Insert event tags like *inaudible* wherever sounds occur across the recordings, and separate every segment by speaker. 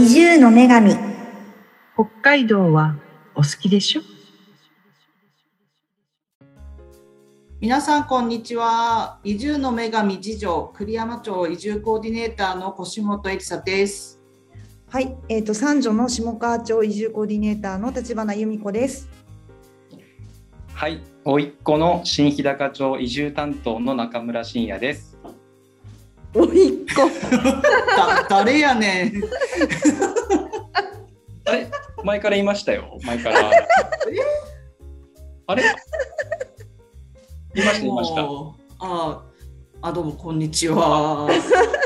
Speaker 1: 女神
Speaker 2: 北海道はお好きでしょ
Speaker 3: 皆さんこんにちは移住の女神次女栗山町移住コーディネーターの腰本恵里沙です
Speaker 1: はい、えっ、と三女の下川町移住コーディネーターの立花由美子です。
Speaker 4: はい、甥っ子の新日高町移住担当の中村真也です。
Speaker 1: おいっ子。
Speaker 3: だ誰やね
Speaker 4: *laughs*
Speaker 3: ん
Speaker 4: あれ、前から言いましたよ。前 *laughs* から。あれ。言いました、言いました。ど
Speaker 3: もうああどうもこんにちは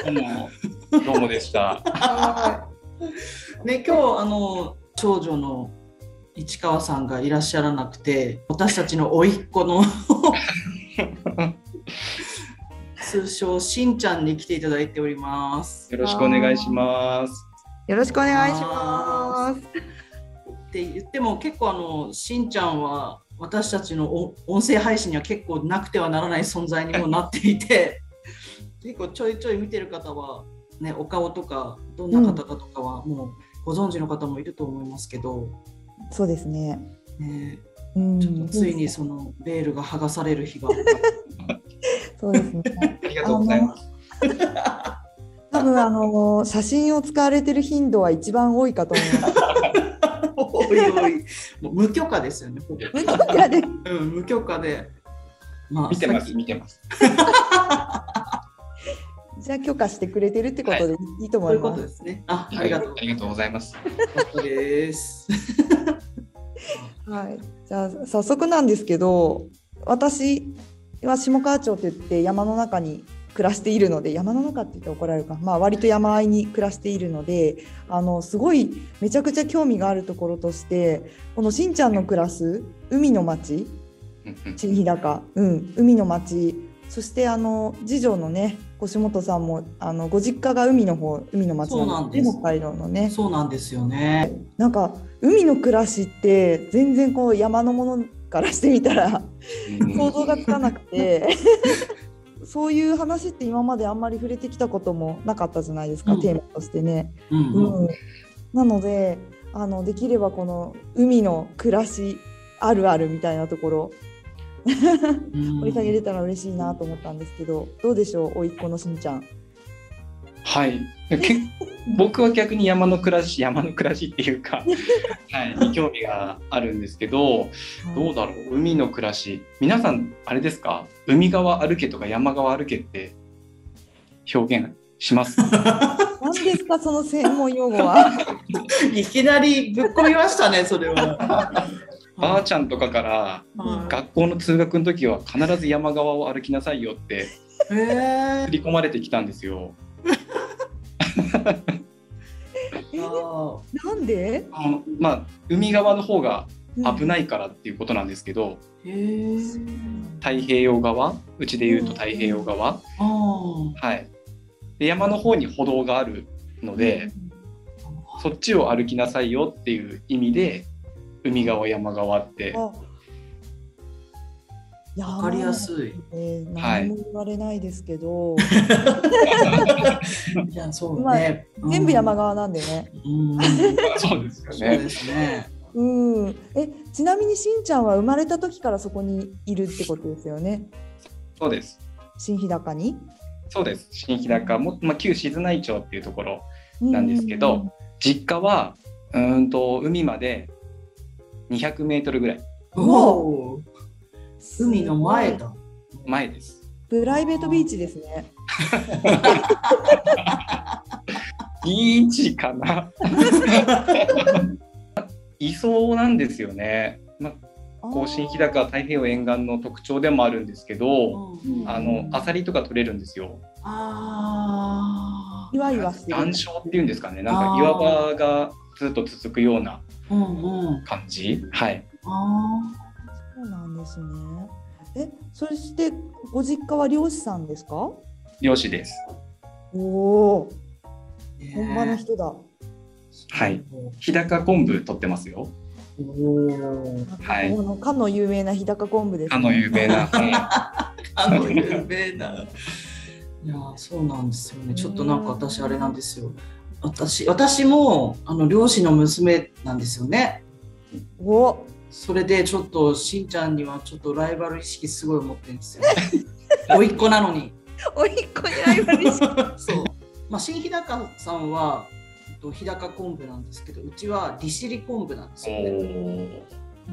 Speaker 4: うも。どうもでした。
Speaker 3: ね今日あの長女の市川さんがいらっしゃらなくて私たちの甥っ子の通称しんちゃんに来ていただいております
Speaker 4: よろしくお願いします。
Speaker 1: よろしくお願いします。
Speaker 3: って言っても結構あのしんちゃんは私たちのお音声配信には結構なくてはならない存在にもなっていて結構ちょいちょい見てる方は、ね、お顔とかどんな方かとかはもうご存知の方もいると思いますけど、
Speaker 1: そうですね。
Speaker 3: ね、
Speaker 1: うん
Speaker 3: ちょっとついにそのベールが剥がされる日が
Speaker 1: そうですね。
Speaker 4: ありがとうございます。
Speaker 1: 多分あの写真を使われてる頻度は一番多いかと思います。
Speaker 3: *laughs* おいおいもう無許可ですよね、ほ
Speaker 1: *laughs*
Speaker 3: ぼ
Speaker 1: いやで
Speaker 3: うん、無許可で、まあ
Speaker 4: 見てま
Speaker 3: さ
Speaker 4: す、
Speaker 3: っき
Speaker 4: 見てます。
Speaker 1: じゃあ許可してくれてるってことでいいと
Speaker 3: そ
Speaker 1: 思
Speaker 3: うい
Speaker 1: いう
Speaker 3: こ
Speaker 1: ま
Speaker 3: と
Speaker 1: す。
Speaker 3: ですねああ
Speaker 4: は
Speaker 3: り
Speaker 4: い
Speaker 3: が
Speaker 4: あ
Speaker 3: とう
Speaker 4: りがとうございます。
Speaker 3: ございますです。
Speaker 1: はい。じゃあ早速なんですけど、私は下川町って言って山の中に暮らしているので、山の中って言って怒られるか、まあ割と山あいに暮らしているので、あのすごいめちゃくちゃ興味があるところとして、このしんちゃんの暮らす海の町、
Speaker 4: うんうん
Speaker 1: 千日高、うん、海の町、そしてあの次女のね、腰元さんもあのご実家が海の方、海の町
Speaker 3: そう
Speaker 1: な
Speaker 3: な
Speaker 1: んん
Speaker 3: で
Speaker 1: ですすね、北海道のね。
Speaker 3: *laughs* そうなんですよね。
Speaker 1: なんか海の暮らしって全然こう山のものからしてみたら
Speaker 4: うん
Speaker 1: 想像がつかなく
Speaker 4: *laughs*
Speaker 1: てそういう話って今まであんまり触れてきたこともなかったじゃないですか、
Speaker 3: うん
Speaker 1: テーマとしてね。
Speaker 3: うん
Speaker 1: うんなのであのできればこの海の暮らしあるあるみたいなところ
Speaker 3: うん
Speaker 1: 掘り下げれたら嬉しいなと思ったんですけどどうでしょうおいっ子のしんちゃん。
Speaker 4: はい。け僕は逆に山の暮らし、山の暮らしっていうか、はい、に興味があるんですけど、どうだろう海の暮らし皆さんあれですか海側歩けとか山側歩けって表現します
Speaker 1: なんですかその専門用語
Speaker 4: *laughs*
Speaker 1: は。
Speaker 3: いきなりぶっ込みましたね、それは。 *laughs*
Speaker 4: ばあちゃんとかから
Speaker 3: は
Speaker 4: 学校の通学の時は必ず山側を歩きなさいよって
Speaker 3: いへ
Speaker 4: 振り込まれてきたんですよ。
Speaker 1: え
Speaker 3: ーあ
Speaker 1: なんで
Speaker 4: あのまあ海側の方が危
Speaker 1: い。
Speaker 4: ないからっていうことなんですけど
Speaker 3: ーへー
Speaker 4: 太平洋側うちで言うと太平洋側、
Speaker 3: あー
Speaker 4: はい、で山の方に歩道があるので。そっちを歩きなさいよっていう意味で海側山側って
Speaker 1: あいやー
Speaker 3: わかりやすい。
Speaker 1: えー
Speaker 4: はい
Speaker 1: 何も言われないですけど、
Speaker 3: いや、そうね。
Speaker 1: 全部山
Speaker 3: が。
Speaker 1: 側なんでね。
Speaker 3: うん *laughs* そう
Speaker 4: そうですよね。
Speaker 3: ですね。
Speaker 1: うん。え、ちなみにしんちゃんは生まれた時からそこにいるってことですよね。
Speaker 4: そうです。
Speaker 1: 新日高に。
Speaker 4: そうです。新日高も、まあ、旧静内町っていうところ、なんですけど
Speaker 1: うん。
Speaker 4: 実家はうーんと海まで200メートルぐらい
Speaker 3: おお、海の前だ。
Speaker 4: 前です。
Speaker 1: プライベートビーチですね。
Speaker 4: ビーチかな。 *laughs* いそうなんですよね。まあ、こう新日高太平洋沿岸の特徴でもあるんですけど、
Speaker 3: うん
Speaker 4: あのアサリとか取れるんですよ。
Speaker 3: あ
Speaker 1: いわいわしてる。
Speaker 4: 岩礁っていうんですかね。なん
Speaker 3: あ
Speaker 4: か
Speaker 3: ー
Speaker 4: 岩場がずっと続くような
Speaker 3: あ、うんうん。
Speaker 4: 感じ。はい。
Speaker 3: あ
Speaker 1: そうなんですね。え、そしてご実家は漁師さんですか？
Speaker 4: 漁師です。
Speaker 1: おお、
Speaker 3: ーね
Speaker 1: 本場の人だ。
Speaker 4: はい日高昆布取ってますよ。
Speaker 3: おお。
Speaker 4: はい
Speaker 1: あのかの有名な日高昆布です、
Speaker 4: あの有名な。
Speaker 3: あの有名な。いやーそうなんですよね。ちょっとなんか私あれなんですよ。私私もあの漁師の娘なんですよね。
Speaker 1: お
Speaker 3: それでちょっとしんちゃんにはちょっとライバル意識すごい持ってるんですよ。
Speaker 4: *laughs*
Speaker 3: 甥っ子なのに。
Speaker 1: おいっ子にライバル意識
Speaker 3: *laughs* そう。まあ新日高さんはえっと日高昆布なんですけど、うちは利尻昆布なんですよね。
Speaker 4: ー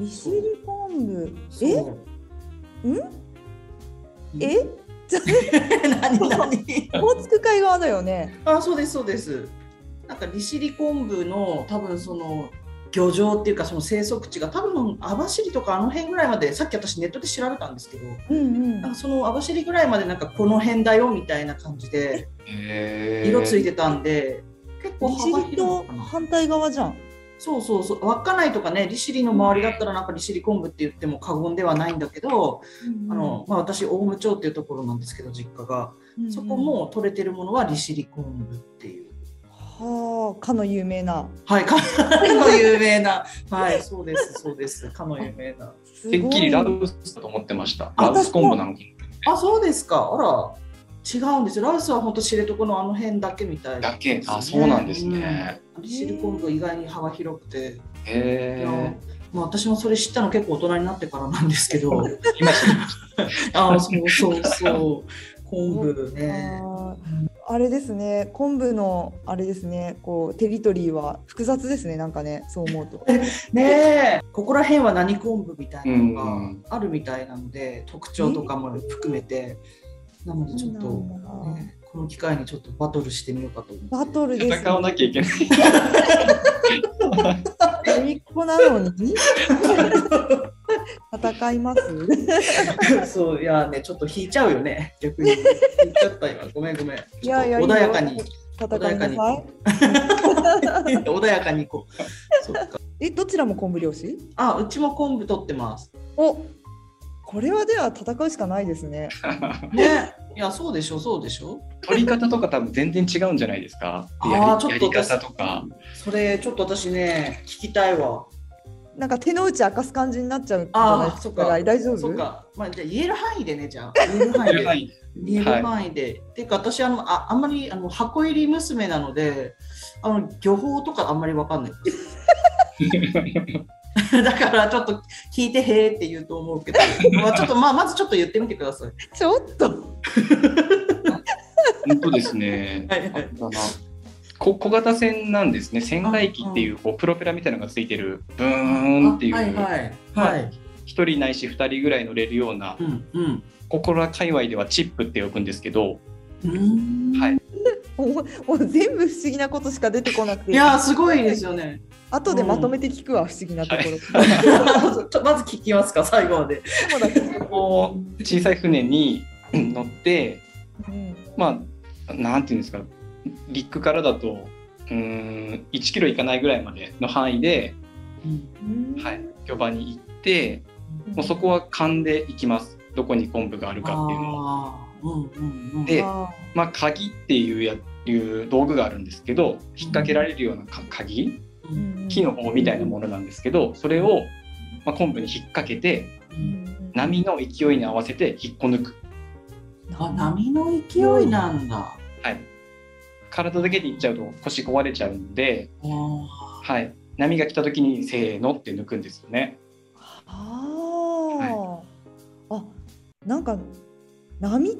Speaker 1: *laughs* 利尻昆布
Speaker 3: そう
Speaker 1: ええ
Speaker 3: *laughs* 何何
Speaker 1: 大津区海側だよね
Speaker 3: *laughs* あそうですそうですなんか利尻昆布の多分その漁場っていうかその生息地が多分網走とかあの辺ぐらいまでさっき私ネットで調べたんですけど
Speaker 1: うん
Speaker 3: なんかその網走ぐらいまでなんかこの辺だよみたいな感じで
Speaker 4: へー
Speaker 3: 色ついてたんで、結構
Speaker 1: 利
Speaker 3: 幅広
Speaker 1: 尻
Speaker 3: いの
Speaker 1: と
Speaker 3: かな
Speaker 1: 反対側じゃん
Speaker 3: そうそうそう稚内とかね利尻の周りだったらなんか利尻昆布って言っても過言ではないんだけど、あのまあ、私大牟町っていうところなんですけど実家が、
Speaker 1: うんうん
Speaker 3: そこも取れてるものは利尻昆布っていう。
Speaker 1: はあかの有名な
Speaker 3: はい、か *laughs* の有名な。はい、そうです、そうです、かの有名な。
Speaker 1: すご
Speaker 4: て
Speaker 1: い
Speaker 4: っきりラウスだと思ってました。
Speaker 1: あ
Speaker 4: ラウスコンボなの
Speaker 3: あ、そうですか、あら、違うんですよ。ラウスは本当知床のあの辺だけみたい
Speaker 4: だ
Speaker 3: な。
Speaker 4: け。あ、そうなんですね。
Speaker 3: 利尻昆布意外に幅広くて、い
Speaker 4: へ
Speaker 3: や
Speaker 4: え。
Speaker 3: まあ、私もそれ知ったの結構大人になってからなんですけど
Speaker 4: *laughs* 今知りまし
Speaker 3: *laughs* あそうそう
Speaker 4: *laughs*
Speaker 3: そう昆布ね
Speaker 1: あーあれですね昆布のあれですねこうテリトリーは複雑ですねなんかねそう思うと
Speaker 3: ねえここら辺は何昆布みたいなの
Speaker 4: う
Speaker 3: が
Speaker 4: ん
Speaker 3: あるみたいなので特徴とかも含めてなのでちょっと
Speaker 1: そうなんだ
Speaker 3: ねこの機会にちょっとバトルしてみようかと思って。
Speaker 1: バトルです
Speaker 4: た。戦わなきゃいけない。
Speaker 1: 甥っ子なのに *laughs* 戦います。
Speaker 3: *laughs* そういやねちょっと引いちゃうよね逆に引いちゃった今ごめんごめん
Speaker 1: いやいや
Speaker 3: ちょっと穏やかに
Speaker 1: いいよ戦いな
Speaker 3: 穏
Speaker 1: さ
Speaker 3: や
Speaker 1: い。
Speaker 3: 穏やかに *laughs* 行こうそっか
Speaker 1: えどちらも昆布漁師？
Speaker 3: あうちも昆布取ってます
Speaker 1: おこれはでは戦うしかないですね。
Speaker 3: ねいやそうでしょそうでしょ
Speaker 4: 取り方とか多分全然違うんじゃないですか。
Speaker 3: あー
Speaker 4: や
Speaker 3: ちょっ
Speaker 4: りや
Speaker 3: と
Speaker 4: り方とか。
Speaker 3: それちょっと私ね聞きたいわ
Speaker 1: なんか手の内明かす感じになっちゃうんじゃない
Speaker 3: あ
Speaker 1: で
Speaker 3: あそ
Speaker 1: す
Speaker 3: っ
Speaker 1: か。
Speaker 3: か
Speaker 1: 大丈夫？
Speaker 3: そっかまあじゃあ言える範囲でねじゃあ *laughs* 言える範囲で
Speaker 4: はい
Speaker 3: 言える範囲で、っていうか私あのああんまりあの箱入り娘なのであの漁法とかあんまりわかんない *laughs* だからちょっと聞いてへーって言うと思うけど、まあちょっとまあまずちょっと言ってみてください。
Speaker 1: ちょっと
Speaker 4: 本当ですね。
Speaker 3: はいはい
Speaker 4: あだなこ小型船なんですね。船外機っていうこうプロペラみたいなのがついてるブーンっていう一、
Speaker 3: はいはいはい。
Speaker 4: 人ないし二人ぐらい乗れるような
Speaker 3: うんうん。
Speaker 4: ここら界隈ではチップって呼ぶんですけど、
Speaker 3: うーん
Speaker 4: はい
Speaker 1: もうもう全部不思議なことしか出てこなくて。
Speaker 3: いやーすごいですよね。
Speaker 1: 後でまとめて聞くわ、不思議なところ。
Speaker 3: ちょっと *laughs* まず聞きますか最後まで。
Speaker 1: そうだけ
Speaker 4: *laughs*
Speaker 1: ど
Speaker 4: こう小さい船に *clears throat* うん乗って
Speaker 1: うん
Speaker 4: まあなんていうんですか陸からだとうーん1キロいかないぐらいまでの範囲で、はい、漁場に行ってもうそこは勘で行きますどこに昆布があるかっていうのを。
Speaker 3: ああうんうんうん。
Speaker 4: で
Speaker 1: あ
Speaker 4: まあ、鍵っていうやいう道具があるんですけど引っ掛けられるようなか鍵
Speaker 3: う
Speaker 1: ーうんん
Speaker 4: 木の棒みたいなものなんですけどそれを、まあ、昆布に引っ掛けて
Speaker 1: うん
Speaker 4: 波の勢いに合わせて引っこ抜く
Speaker 3: あ波の勢いなんだ。あ
Speaker 4: 体だけでいっちゃうと腰壊れちゃうので、
Speaker 3: あ
Speaker 4: はい、波が来た時にせーのって抜くんですよね。
Speaker 1: ああ、あ、なんか波っ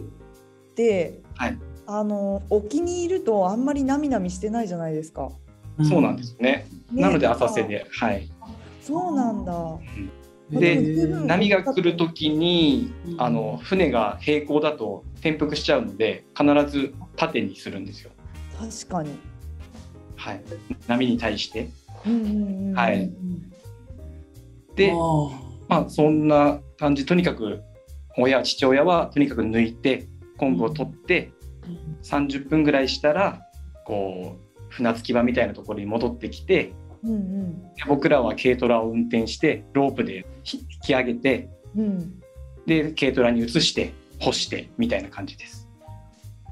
Speaker 1: て、
Speaker 4: はい
Speaker 1: あの沖にいるとあんまりなみなみしてないじゃないですか。
Speaker 4: そうなんですね。
Speaker 1: ね
Speaker 4: なので浅瀬。で、はい、
Speaker 1: そうなんだ。
Speaker 4: で
Speaker 1: も十分
Speaker 4: 波が来る時に
Speaker 3: うん
Speaker 4: あの船が平行だと転覆しちゃうので必ず縦にするんですよ。
Speaker 1: 確かに。
Speaker 4: はい、波に対して。
Speaker 1: うんうんうん
Speaker 4: はい。
Speaker 3: で
Speaker 4: で、まあ、そんな感じとにかく親父親はとにかく抜いて昆布を取って30分ぐらいしたらこう船着き場みたいなところに戻ってきて
Speaker 1: うんうん
Speaker 4: で僕らは軽トラを運転してロープで引き上げて
Speaker 1: うん。
Speaker 4: で軽トラに移して干してみたいな感じです。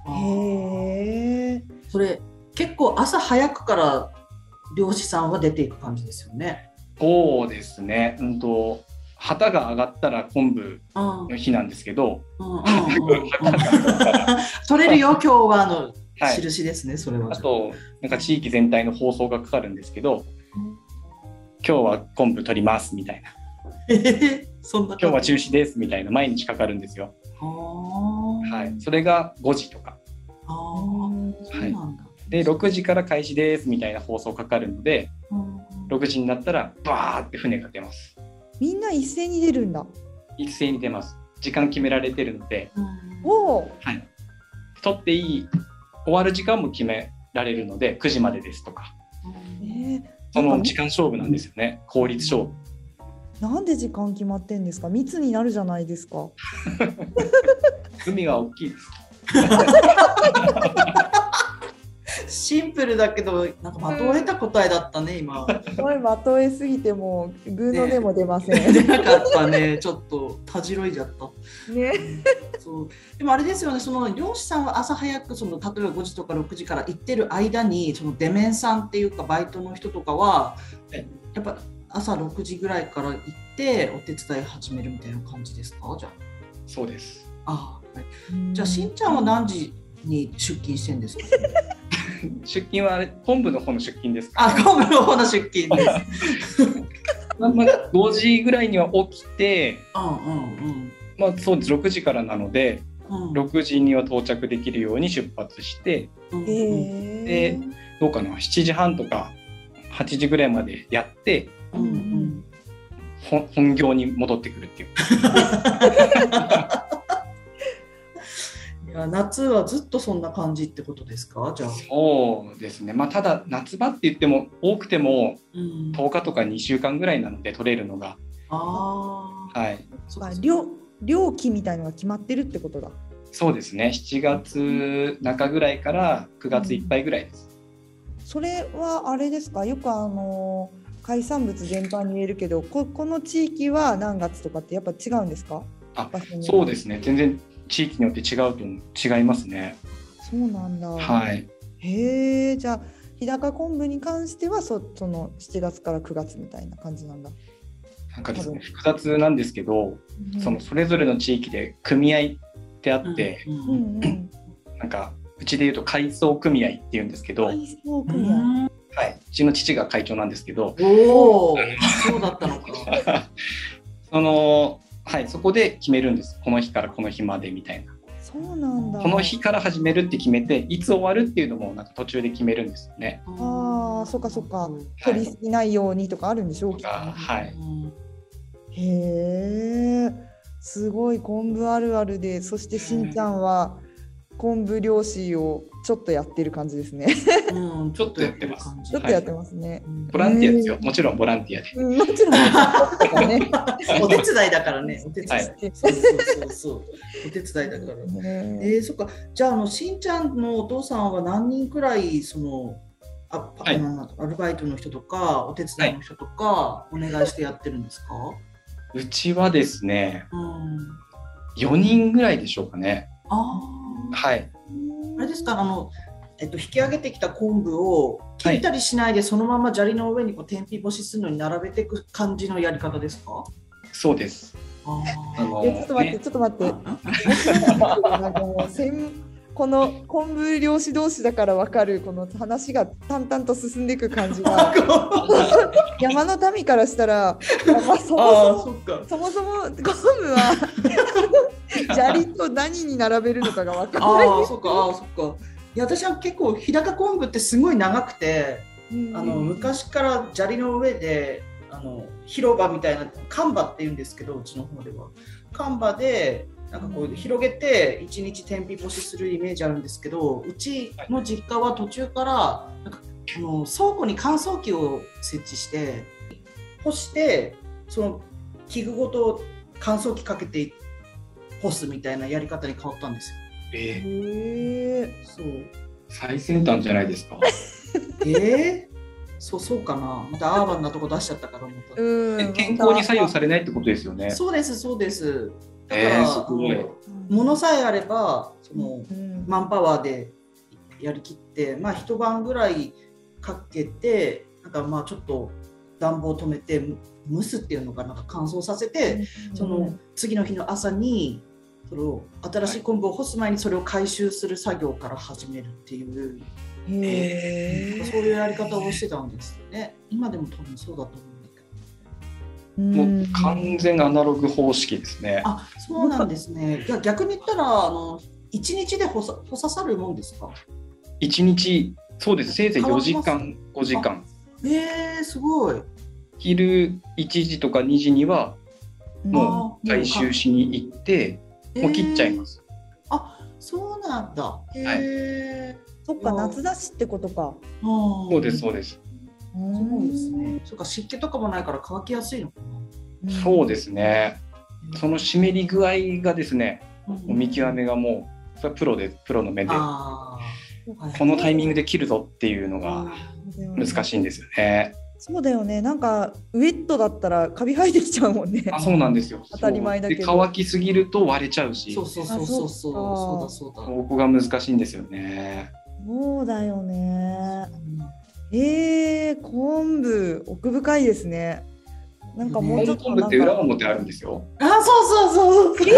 Speaker 1: へえ。
Speaker 3: それ結構朝早くから漁師さんは出ていく感じですよね。
Speaker 4: そうですね、うん、と旗が上がったら昆布
Speaker 3: うんうん
Speaker 4: の日なんですけど
Speaker 3: うんうん
Speaker 4: 旗が上がったら
Speaker 3: 取れるよ今日はの
Speaker 4: はい
Speaker 3: 印ですね、それは。
Speaker 4: あとなんか地域全体の放送がかかるんですけど今日は昆布取りますみたいな
Speaker 3: えへへ *laughs* そんな
Speaker 4: 今日は中止ですみたいな毎日かかるんですよ。
Speaker 3: は
Speaker 4: はい、それが5時とか
Speaker 3: あーそうなんだ。
Speaker 4: で6時から開始ですみたいな放送かかるので6時になったらバーって船が出ます
Speaker 1: みんな一斉に出るんだ。
Speaker 4: 一斉に出ます時間決められてるので
Speaker 1: おお。
Speaker 4: はい、取っていい終わる時間も決められるので9時までですとか
Speaker 1: えー、
Speaker 4: その時間勝負なんですよね効率勝負
Speaker 1: なんで時間決まってんですか。密になるじゃないですか。
Speaker 4: 海は大きいです
Speaker 3: シンプルだけど、なんかまとえた答えだったね、今。
Speaker 1: すごいまとえすぎてもうグーの根も出ませ
Speaker 4: *laughs*
Speaker 1: ん。
Speaker 3: 出なかったね、ちょっとたじろいじゃった。
Speaker 1: ね。
Speaker 3: そうでもあれですよね、その漁師さんは朝早くその、例えば5時とか6時から行ってる間に、そのデメンさんっていうか、バイトの人とかは
Speaker 4: はい、
Speaker 3: やっぱ朝6時ぐらいから行って、お手伝い始めるみたいな感じですか、じゃ
Speaker 4: そうです
Speaker 3: あ。あーはいじゃあ、しんちゃんは何時に出勤してんですか *laughs*
Speaker 4: 出勤はあれ本部の方の出勤ですか
Speaker 3: あ、コブの方の出勤です。
Speaker 4: まあまあ5時ぐらいには起きて
Speaker 3: うんうん
Speaker 4: まあそうです6時からなので
Speaker 3: うん。うん
Speaker 4: 6時には到着できるように出発して
Speaker 3: うん
Speaker 1: えー
Speaker 4: でどうかな7時半とか8時ぐらいまでやって
Speaker 3: うんうん
Speaker 4: 本本業に戻ってくるっていう
Speaker 3: いや夏はずっとそんな感じってことですかじゃあ。
Speaker 4: そうですねまあただ夏場って言っても多くても
Speaker 3: うん
Speaker 4: 10日とか2週間ぐらいなので取れるのが
Speaker 3: ああ。
Speaker 4: はい
Speaker 3: そっ
Speaker 1: ま
Speaker 3: か
Speaker 1: あ料料金みたいのが決まってるってことだ。
Speaker 4: そうですね7月中ぐらいから9月いっぱいぐらいです
Speaker 1: それはあれですか。よくあの海産物全般に言えるけど、ここの地域は何月とかってやっぱ違うんですか。
Speaker 4: あ
Speaker 1: 場所に
Speaker 4: そうですね全然地域によって違うと思う違いますね
Speaker 1: そうなんだ。
Speaker 4: はい
Speaker 1: へえ、じゃあ日高昆布に関してはそその7月から9月みたいな感じなんだ。
Speaker 4: なんかですね複雑なんですけどその
Speaker 1: う
Speaker 4: それぞれの地域で組合ってあって、
Speaker 3: うん
Speaker 1: んうんうん。
Speaker 4: なんかうちで言うと海藻組合っていうんですけど、はい、
Speaker 1: 海藻
Speaker 3: う
Speaker 1: 組合。
Speaker 3: ん
Speaker 4: うちの父が会長なんですけど
Speaker 3: おお、そうだったのか。
Speaker 4: そのはいそこで決めるんですこの日からこの日までみたいな
Speaker 1: そうなんだ。
Speaker 4: この日から始めるって決めていつ終わるっていうのもなんか途中で決めるんですよね。
Speaker 1: あーそっかそっか
Speaker 4: は
Speaker 1: 取り
Speaker 4: い、
Speaker 1: すぎないようにとかあるんでしょう
Speaker 4: と
Speaker 1: きっ
Speaker 4: かはい
Speaker 3: うん
Speaker 1: とへえすごい昆布あるあるでそしてしんちゃんは昆布漁師をちょっとやってる感じですね
Speaker 3: うん
Speaker 4: ちょっとやってます
Speaker 3: 感じ
Speaker 1: ちょっとやってますね、
Speaker 3: うん
Speaker 4: ボランティアですよもちろんボランティアで。
Speaker 1: うんもちろんそうだね
Speaker 3: お手伝いだからね。お手伝い。
Speaker 4: はい
Speaker 3: そうそうそうそう。お手伝いだから。
Speaker 1: ね
Speaker 3: *laughs* えー、そっか。じゃあ、あの、しんちゃんのお父さんは何人くらい、その、あパ
Speaker 4: はい
Speaker 3: あのアルバイトの人とか、お手伝いの人とか、お願いしてやってるんですか、
Speaker 4: うちはですね
Speaker 3: うん。
Speaker 4: 4人ぐらいでしょうかね。
Speaker 3: ああ。
Speaker 4: はい
Speaker 3: あれですか、あの、えっと、引き上げてきた昆布を切ったりしないで、そのまま砂利の上にこう天日干しするのに並べていく感じのやり方ですか
Speaker 4: そうです。
Speaker 3: あ
Speaker 4: あの
Speaker 1: えちょっと待って、
Speaker 4: ね
Speaker 1: ちょっと待って
Speaker 3: あ。
Speaker 1: なんかもう専この昆布漁師同士だからわかるこの話が淡々と進んでいく感じが山の民からしたら、まあ、そもそも
Speaker 3: あ、そっか。
Speaker 1: そもそもゴムは砂利と何に並べるのかが分かんない。
Speaker 3: ああ、そっか、ああ、そっか。いや、私は結構日高昆布ってすごい長くて、あの昔から砂利の上であの広場みたいなカンバって言うんですけどうちの方ではカンバでなんかこう広げて一日天日干しするイメージあるんですけどうちの実家は途中からなんかあの倉庫に乾燥機を設置して干してその器具ごと乾燥機かけて干すみたいなやり方に変わったんですよ。
Speaker 4: えー
Speaker 1: へえ
Speaker 3: そう
Speaker 4: 最先端じゃないですか。
Speaker 3: えー、そうそうかなまたアーバンなとこ出しちゃったからまた。
Speaker 1: うん、
Speaker 4: *laughs* 健康に左右さ
Speaker 1: れ
Speaker 4: れないってことですよね。
Speaker 3: そうです、そうです。だから、
Speaker 4: えー、すごい。
Speaker 3: 物さえあれば、その
Speaker 1: うん
Speaker 3: マンパワーでやりきって、まあ一晩ぐらいかけて、なんかまあちょっと暖房止めて、む蒸すっていうのかなんか乾燥させて、その次の日の朝にそれを新しい昆布を干す前にそれを回収する作業から始めるっていう、
Speaker 1: へ
Speaker 3: そういうやり方をしてたんですよね今でも多分そうだと思うんだけど
Speaker 4: も
Speaker 1: も
Speaker 4: う完全アナログ方式ですね。
Speaker 3: あそうなんですねいや逆に言ったらあの一日で干さ干ささるもんですか
Speaker 4: 一日そうですせいぜい
Speaker 3: 変わ
Speaker 4: 4
Speaker 3: り
Speaker 4: 時
Speaker 3: ます
Speaker 4: 間5時間
Speaker 3: えー、すごい
Speaker 4: 昼1時とか2時にはもう
Speaker 3: あーもうか
Speaker 4: 回収しに行ってもう切っちゃいます。
Speaker 3: えーそうなんだへえ
Speaker 1: そっか夏だしってことか。
Speaker 3: ー、
Speaker 4: そうですそうです。
Speaker 3: そうですね。そっか湿気とかもないから乾きやすいのか
Speaker 1: うん。
Speaker 4: そうですね。その湿り具合がですね、
Speaker 3: な。
Speaker 4: もう見極めがもうそれはプロでプロの目でこ
Speaker 3: ああ。
Speaker 4: のタイ
Speaker 3: ミ
Speaker 4: ミングで切るぞっていうのが難
Speaker 1: い。
Speaker 4: しいんですよね。
Speaker 1: そうだよね。なんかウェットだったらカビ生えてきちゃうもんね。
Speaker 4: あそうなんですよ。
Speaker 1: 当たり前だけど
Speaker 4: で乾きすぎると割れちゃうし、
Speaker 3: そう
Speaker 4: こ
Speaker 3: そうそうそうそう
Speaker 1: あ
Speaker 3: そうだそうだ。
Speaker 4: こが難しいんですよね。
Speaker 1: そうだよね。えー、昆布奥深いですね。なんかもう
Speaker 4: 本
Speaker 1: ちょっ
Speaker 4: 当
Speaker 1: となん
Speaker 4: 昆布っ
Speaker 1: か
Speaker 4: て裏表あるんですよ。
Speaker 3: あそうそうそうそう。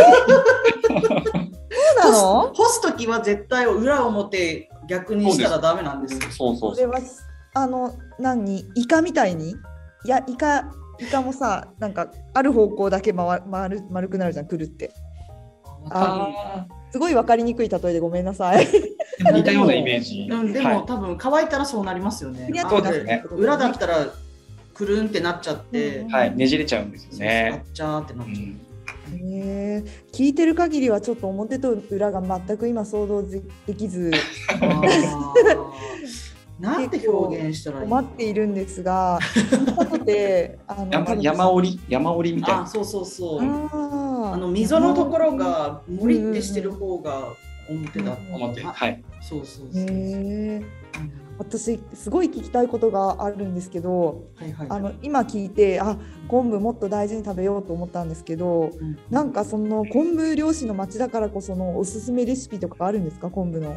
Speaker 1: そうなの？
Speaker 3: 干すときは絶対裏表逆にしたらダメなんですよ。
Speaker 4: そうそう
Speaker 1: これ
Speaker 4: そう。
Speaker 1: はあの何イカみたいにいやイカイカもさなんかある方向だけ回回る丸くなるじゃんくるってあ
Speaker 4: あ
Speaker 1: すごい分かりにくい例えでごめんなさい
Speaker 4: ー似たようなイメージ。
Speaker 3: うんで
Speaker 4: はい
Speaker 3: も多分乾いたらそうなりますよね。
Speaker 4: そうですね
Speaker 3: 裏だったらくるんってなっちゃって。
Speaker 4: はい、ねじれちゃうんですよ
Speaker 3: そうそうあ
Speaker 4: ね。
Speaker 3: っちゃーってなっちゃう。
Speaker 4: うん
Speaker 1: へえ聞いてる限りはちょっと表と裏が全く今想像できず
Speaker 3: あーなんて表現したらいいの
Speaker 1: 困っているんです
Speaker 4: *laughs*
Speaker 1: が後であの
Speaker 4: 山
Speaker 1: 多分
Speaker 4: 山折り山折りみたい
Speaker 3: あ
Speaker 4: な。
Speaker 3: そうそうそう。
Speaker 1: あ
Speaker 3: あ
Speaker 1: ー
Speaker 3: の溝のところが盛りってしてる方が表だった。
Speaker 4: 思って、
Speaker 3: あ
Speaker 4: はい。
Speaker 3: そうそうそう。
Speaker 1: へえ私すごい聞きたいことがあるんですけど
Speaker 3: はいはい。
Speaker 1: あの今聞いてあ昆布もっと大事に食べようと思ったんですけど
Speaker 3: うん
Speaker 1: なんかその昆布漁師の町だからこそのおすすめレシピとかあるんですか昆布
Speaker 3: *laughs*
Speaker 1: の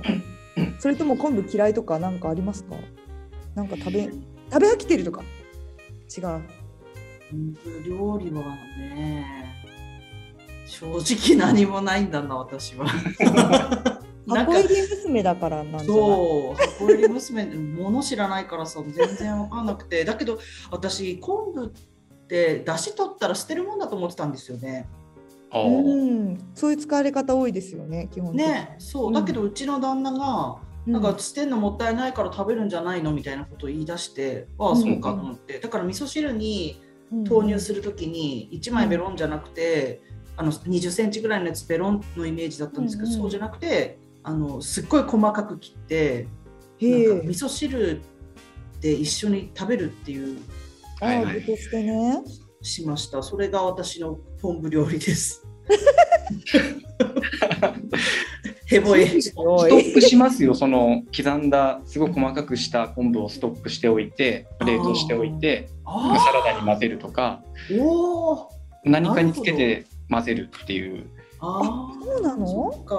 Speaker 1: それとも昆布嫌いとかなんかありますかなんか食べ食べ飽きてるとか違う
Speaker 3: うん料理はね、正直何もないんだな私は。なん
Speaker 1: 箱
Speaker 3: か
Speaker 1: 入り娘だからなんじゃない
Speaker 3: そう箱入り娘物知らないからさ全然わかんなくてだけど私昆布って出汁取ったら捨てるもんだと思ってたんですよね。
Speaker 4: あー
Speaker 1: うんそういう使われ方多いですよね基本的に
Speaker 3: ねそうだけどうちの旦那がなんか捨てんのもったいないから食べるんじゃないのみたいなことを言い出してああそうかと思って、だから味噌汁に投入する時に1枚ベロンじゃなくて、あの2 0ンチぐらいのやつベロンのイメージだったんですけど、
Speaker 1: うんうん
Speaker 3: そうじゃなくてあのすっごい細かく切って
Speaker 1: る
Speaker 3: なん
Speaker 1: へ
Speaker 3: か味
Speaker 1: え
Speaker 3: 噌汁で一緒に食べるっていう
Speaker 1: あ
Speaker 4: はいは
Speaker 1: ー
Speaker 4: い
Speaker 1: 具としてね
Speaker 3: しましたそれが私の昆布料理です *laughs* へぼえ
Speaker 1: お
Speaker 4: ス
Speaker 1: い
Speaker 4: トップしますよ。その刻んだすごい細かくした昆布をストックしておいて、冷凍しておいて、サ
Speaker 3: あ
Speaker 4: ラダに混ぜるとか、
Speaker 3: ーおー
Speaker 4: 何かにつけて混ぜるっていう。
Speaker 3: あー
Speaker 1: そうなの
Speaker 3: そっか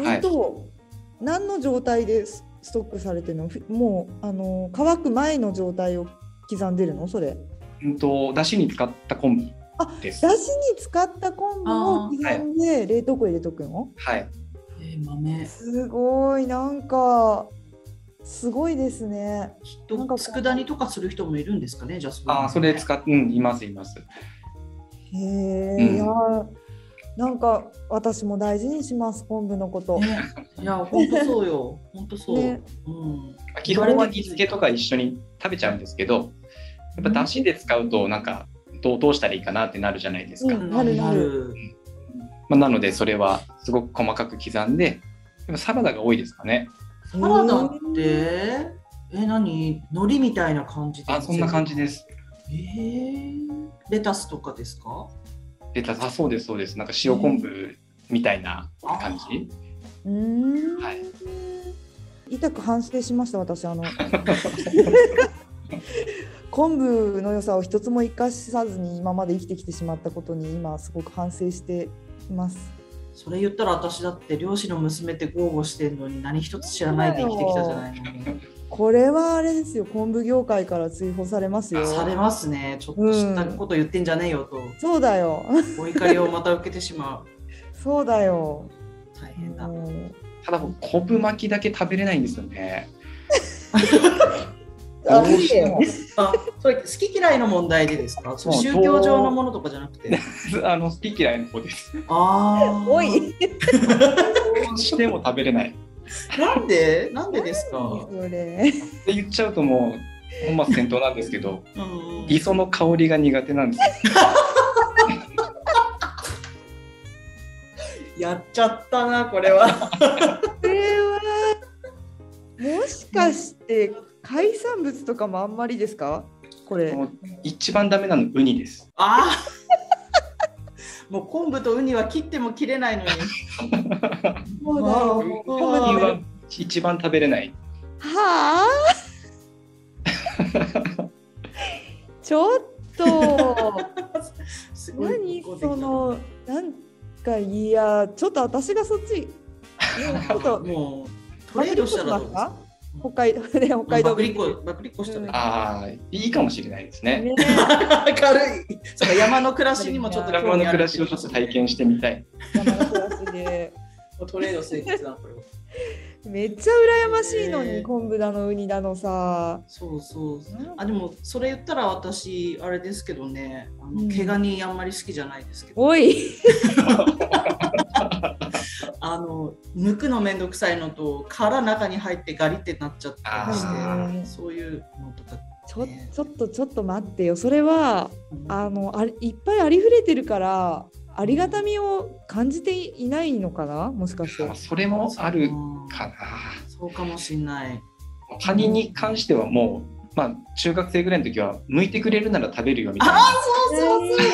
Speaker 4: はい
Speaker 1: うんと、何の状態でスストックされてるのふもうあの乾く前の状態を刻んでるのそれ
Speaker 4: うんと出汁に使った昆布です。
Speaker 1: だしに使った昆布を
Speaker 3: あ
Speaker 1: 刻
Speaker 4: ー
Speaker 1: んで冷凍庫入れとくの
Speaker 4: はい。
Speaker 3: えー豆
Speaker 1: すごいなんかすごいですね
Speaker 3: きっ
Speaker 1: なんかこ
Speaker 3: と
Speaker 1: う
Speaker 3: 佃煮とかする人もいるんですかねじゃあそ
Speaker 4: あーそれ使っうんいますいます。
Speaker 1: へえ、いやなんか私も大事にします昆布のこと、
Speaker 3: ねいや本当そうよ本当そう、
Speaker 1: ね
Speaker 3: うん
Speaker 4: 基本は煮付けとか一緒に食べちゃうんですけど、やっぱ出汁で使うとなんかどうどうしたらいいかなってなるじゃないですか。
Speaker 1: うんなるな
Speaker 3: る
Speaker 4: まあ、なのでそれはすごく細かく刻んででもサラダが多いですかね
Speaker 3: サラダっ
Speaker 1: へえ
Speaker 3: てえ何海苔みたいな感じで
Speaker 4: あそんな感じです
Speaker 3: えーレタスとかですか
Speaker 4: レタスあそうですそうですなんか塩昆布みたいな感じ、
Speaker 1: うーん、
Speaker 4: はい
Speaker 1: 痛く反省しました私あ
Speaker 4: *laughs*
Speaker 1: の昆布の良さを一つも生かさずに今まで生きてきてしまったことに今すごく反省しています。
Speaker 3: それ言ったら私だって漁師の娘って豪語してんのに何一つ知らないで生きてきたじゃないの
Speaker 1: これはあれですよ昆布業界から追放されますよ。
Speaker 3: されますねちょっと知ったこと言ってんじゃねえよと、
Speaker 1: そうだよ。 *laughs*
Speaker 3: お怒りをまた受けてしまう
Speaker 1: そうだよ。
Speaker 3: 大変だ。
Speaker 1: もう
Speaker 4: ただ僕昆布巻きだけ食べれないんですよね。 *laughs*
Speaker 1: あ
Speaker 4: どうしても
Speaker 3: あ、それ好き嫌いの問題でですか。そう
Speaker 4: そう
Speaker 3: 宗教上のものとかじゃなくて。
Speaker 4: あの好き嫌いの方です。
Speaker 3: ああ。
Speaker 1: おい。
Speaker 4: どうしても食べれない。っ
Speaker 3: なんで、なんでですか。
Speaker 1: それ。
Speaker 4: て言っちゃうともう本末転倒なんですけど、
Speaker 3: うんうん
Speaker 4: 磯の香りが苦手なんです。
Speaker 3: やっちゃったな、これは。
Speaker 1: これは。もしかして、海産物とかもあんまりですか。これ。
Speaker 4: もう一番ダメなのウニです。
Speaker 3: ああ。もう昆布とウニは切っても切れないのに。
Speaker 1: そうだ
Speaker 3: あ
Speaker 1: よ。
Speaker 3: ー
Speaker 4: ウニは一番食べれない。
Speaker 1: は *laughs* あ。ちょっと。
Speaker 3: すごい
Speaker 1: 何
Speaker 3: こうでき
Speaker 1: そ
Speaker 3: た
Speaker 1: の。なんか、いや、ちょっと私がそっち。ちょっと。
Speaker 3: もう。トレードしたらどうですか。
Speaker 1: 北海道で北海道
Speaker 3: バクリコ、バクリコしたらいい。
Speaker 4: ああいいかもしれないですね。
Speaker 1: ね
Speaker 3: 明るい。そうか山の暮らしにもちょっと興
Speaker 4: 山
Speaker 3: 味
Speaker 4: の
Speaker 3: ある
Speaker 4: 暮ら
Speaker 3: って
Speaker 4: し
Speaker 3: いう
Speaker 4: をちょっと体験してみたい。
Speaker 1: 山の暮らしで
Speaker 3: トレード成立だなこれは。
Speaker 1: めっちゃ羨ましいのに、
Speaker 3: ね
Speaker 1: 昆布だのウニだのさ
Speaker 3: そうそう。あでもそれ言ったら私あれですけどね、あ
Speaker 1: うん
Speaker 3: の毛ガニあんまり好きじゃないですけど、
Speaker 1: おい
Speaker 3: あの抜くのめんどくさいのと殻中に入ってガリってなっちゃったり
Speaker 4: あ
Speaker 3: して、
Speaker 1: ー
Speaker 3: そういうのとか。
Speaker 1: ちょ
Speaker 3: ね
Speaker 1: ちょっとちょっと待ってよそれはあのあれいっぱいありふれてるからありがたみを感じていないのかなもしかして
Speaker 4: まあそれもあるかな。
Speaker 3: そうかもしんない。
Speaker 4: カニに関してはもう、まあ、中学生ぐらいの時は向いてくれるなら食べるよみたいな
Speaker 3: あそうそうそう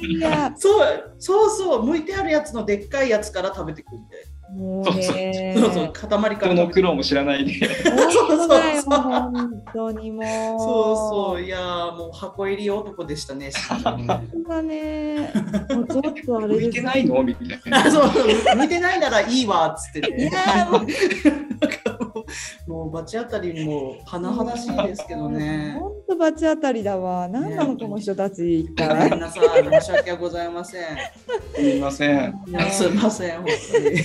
Speaker 3: そう。
Speaker 1: いや
Speaker 3: そうそうそう向いてあるやつのでっかいやつから食べてくるんで、
Speaker 1: もうね
Speaker 3: そうそう塊か
Speaker 4: 人
Speaker 3: ら
Speaker 4: の
Speaker 3: 食べてく
Speaker 4: 苦労も知らないで
Speaker 1: 本当だよ本当にもう
Speaker 3: そうそういやーもう箱入り男でしたね。新庄
Speaker 4: *laughs*
Speaker 3: ね
Speaker 1: そうだねもうちょっとあれ
Speaker 4: 向い
Speaker 1: で
Speaker 4: て
Speaker 1: す
Speaker 4: ないのみたいな。
Speaker 3: あそうそう見てないならいいわっつって
Speaker 1: い
Speaker 3: ね。
Speaker 1: やもう
Speaker 3: なんかもうもう罰当たりにもう甚だしいですけどね。
Speaker 1: 本当罰当たりだわ。なんなの
Speaker 3: ね
Speaker 1: この人たち一
Speaker 3: ご
Speaker 1: 体。
Speaker 3: めんなさい申し訳ございません。
Speaker 4: すみません。
Speaker 3: いやすいません本当に。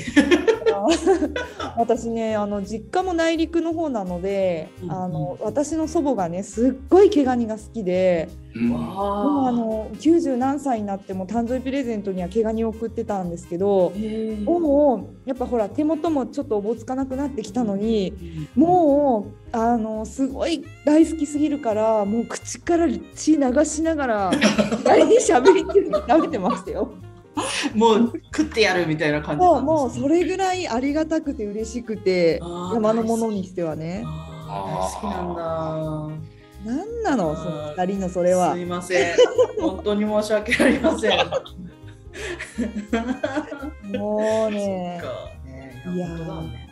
Speaker 1: 私ねあの実家も内陸の方なので、
Speaker 3: うん
Speaker 1: あの私の祖母がねすっごい毛ガニが好きで、
Speaker 4: うん
Speaker 1: もうあ
Speaker 3: わ
Speaker 1: の90何歳になっても誕生日プレゼントには毛ガニを送ってたんですけど
Speaker 3: ー。へー
Speaker 1: もうやっぱほら手元もちょっとおぼつかなくなってきたのに。もうあのすごい大好きすぎるからもう口から血流しなが
Speaker 3: *laughs*
Speaker 1: ら大にしゃべりっていうの食べてましたよ。
Speaker 3: もう食ってやるみたいな感じ
Speaker 1: も
Speaker 3: な
Speaker 1: うんもう
Speaker 3: ですね
Speaker 1: それぐらいありがたくて嬉しくて
Speaker 3: あー
Speaker 1: 山のものにしてはね
Speaker 3: あー大好きなんだ。
Speaker 1: 何なのその二人のそ
Speaker 3: こ
Speaker 1: れは
Speaker 3: すいません。本当に申し訳ありません。
Speaker 1: もうね
Speaker 3: そっかね
Speaker 1: い
Speaker 3: い
Speaker 1: や
Speaker 3: や
Speaker 1: ー
Speaker 3: 本当だね。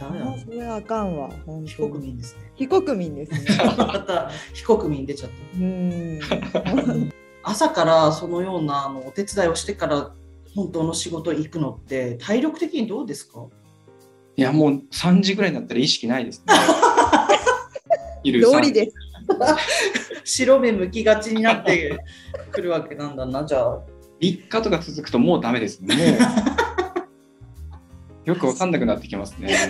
Speaker 3: ダメだ
Speaker 1: もう
Speaker 3: ね。
Speaker 1: それはあかんわ本
Speaker 3: 非
Speaker 1: 当
Speaker 3: 国
Speaker 1: に
Speaker 3: 民ですね。
Speaker 1: 非国民ですね
Speaker 3: また非国民出ちゃった。
Speaker 1: うん
Speaker 3: 朝からそのようなあのお手伝いをしてから本当の仕事行くのって体力的にどうですか？
Speaker 4: いやもう3時ぐらいになったら意識ないです
Speaker 1: *laughs*
Speaker 4: ね。昼
Speaker 1: 道理です
Speaker 3: 白目向きがちになってくるわけなんだな。じゃあ
Speaker 4: 3日とか続くともうダメですね。もうよくわかんなくなってきま
Speaker 1: *laughs*
Speaker 4: すね。
Speaker 1: *laughs*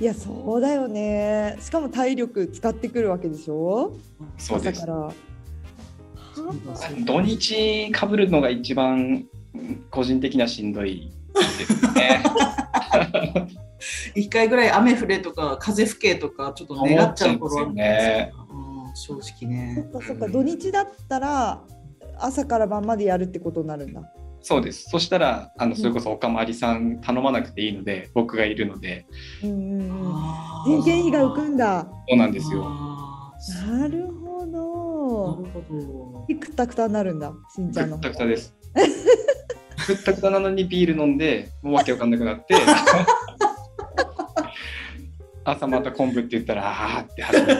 Speaker 1: いやそうだよねしかも体力使ってくるわけでしょ
Speaker 4: そう
Speaker 1: 朝
Speaker 4: で
Speaker 1: か
Speaker 4: す。
Speaker 1: らは
Speaker 3: そ
Speaker 1: あ
Speaker 4: 土日かぶるのが一番うん個人的にはしんどいですね。
Speaker 3: 一回ぐらい雨降れとか風吹けとかちょっと願っちゃう頃はあるんですようん正直
Speaker 1: そ
Speaker 3: ね
Speaker 1: っ。かそっか土日だったら朝から晩までやるってことになるんだ
Speaker 4: そうです。そしたら、あのそれこそおかまりさん頼まなくていいので、僕がいるので、
Speaker 1: うんうんうん
Speaker 3: あー
Speaker 1: 人件費が浮くんだ
Speaker 4: そうなんですよ。
Speaker 3: あー
Speaker 1: なるほ
Speaker 3: な
Speaker 1: ど
Speaker 3: るほど。
Speaker 1: でくったくたになるんだしんち
Speaker 4: く
Speaker 1: ゃんの
Speaker 4: っ
Speaker 1: 方
Speaker 4: たくたです。 *laughs* くったくたなのにビール飲んで、もうわけわかんなくなって、 *laughs* 朝また昆布って言ったら、あーって始
Speaker 3: *laughs*
Speaker 4: める